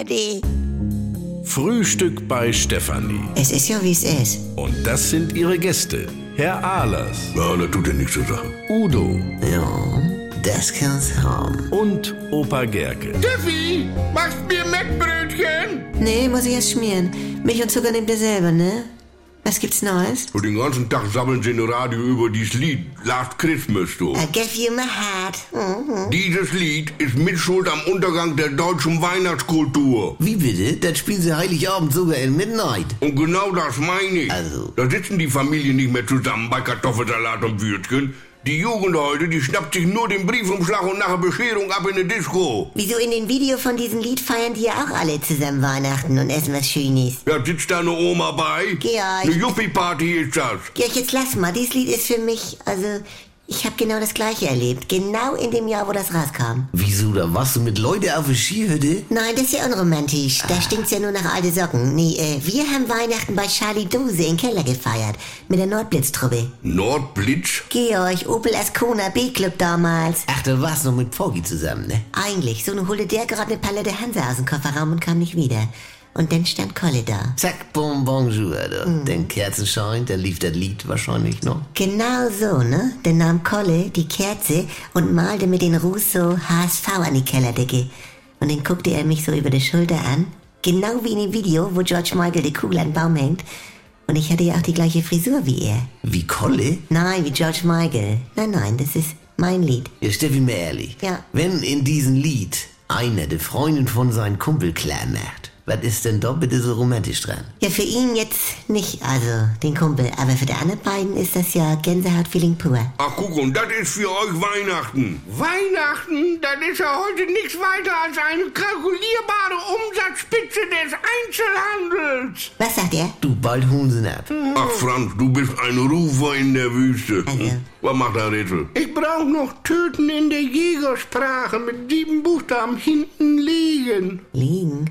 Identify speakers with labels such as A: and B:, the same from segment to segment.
A: Eddie.
B: Frühstück bei Stefanie.
A: Es ist ja, wie es ist.
B: Und das sind ihre Gäste. Herr Ahlers,
C: Ja, das tut ja nichts zur Sache.
B: Udo
A: Ja, das kann's haben.
B: und Opa Gerke.
D: Tiffy, machst mir Mettbrötchen?
A: Nee, muss ich erst schmieren. Milch und Zucker nehmt ihr selber, ne? Was gibt's Neues?
C: Und den ganzen Tag sammeln sie im Radio über dieses Lied Last Christmas, du.
A: I give you my heart. Mhm.
C: Dieses Lied ist Mitschuld am Untergang der deutschen Weihnachtskultur.
E: Wie bitte? Das spielen sie Heiligabend sogar in Midnight.
C: Und genau das meine ich.
E: Also.
C: Da sitzen die Familien nicht mehr zusammen bei Kartoffelsalat und Würstchen. Die Jugend heute, die schnappt sich nur den Briefumschlag und nachher Bescherung ab in eine Disco.
A: Wieso in dem Video von diesem Lied feiern die ja auch alle zusammen Weihnachten und essen was Schönes?
C: Ja, sitzt da eine Oma bei?
A: Ja, ich-
C: Eine Yuppie-Party ist das.
A: Georg, jetzt lass mal. Dieses Lied ist für mich, also, ich habe genau das gleiche erlebt. Genau in dem Jahr, wo das rauskam.
E: Wieso, da warst du mit Leuten auf der Skihütte?
A: Nein, das ist ja unromantisch. Da stinkt's ja nur nach alte Socken. Nee, äh, wir haben Weihnachten bei Charlie Dose im Keller gefeiert. Mit der Nordblitztruppe.
C: Nordblitz?
A: Georg, Opel Ascona B-Club damals.
E: Ach, da warst du noch mit Porgy zusammen, ne?
A: Eigentlich, so eine holte der gerade eine Palette Hansa aus dem Kofferraum und kam nicht wieder. Und dann stand Kolle da.
E: Zack, bom, bonjour, du. Den Kerzenschein, dann lief das Lied wahrscheinlich noch.
A: Genau so, ne? Dann nahm Kolle die Kerze und malte mit den Russo HSV an die Kellerdecke. Und dann guckte er mich so über die Schulter an. Genau wie in dem Video, wo George Michael die Kugel an den Baum hängt. Und ich hatte ja auch die gleiche Frisur wie er.
E: Wie Kolle?
A: Nein, wie George Michael. Nein, nein, das ist mein Lied.
E: Ja, Steffi, mal ehrlich.
A: Ja.
E: Wenn in diesem Lied einer die Freundin von seinem Kumpel klar macht, was ist denn da bitte so romantisch dran?
A: Ja, für ihn jetzt nicht, also den Kumpel, aber für die anderen beiden ist das ja Gänsehautfeeling pur.
C: Ach guck, und das ist für euch Weihnachten.
D: Weihnachten, dann ist ja heute nichts weiter als eine kalkulierbare Umsatzspitze des Einzelhandels.
A: Was sagt er?
E: Du, bald holen sie ihn ab.
C: Ach Franz, du bist ein Rufer in der Wüste.
A: Danke.
C: Was macht der Rätsel?
D: Ich brauch noch Töten in der Jägersprache mit sieben Buchstaben hinten liegen.
A: Liegen.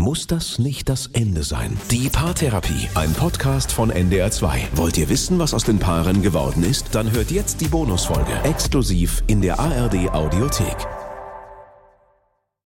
F: Muss das nicht das Ende sein? Die Paartherapie, ein Podcast von NDR2. Wollt ihr wissen, was aus den Paaren geworden ist? Dann hört jetzt die Bonusfolge exklusiv in der ARD Audiothek.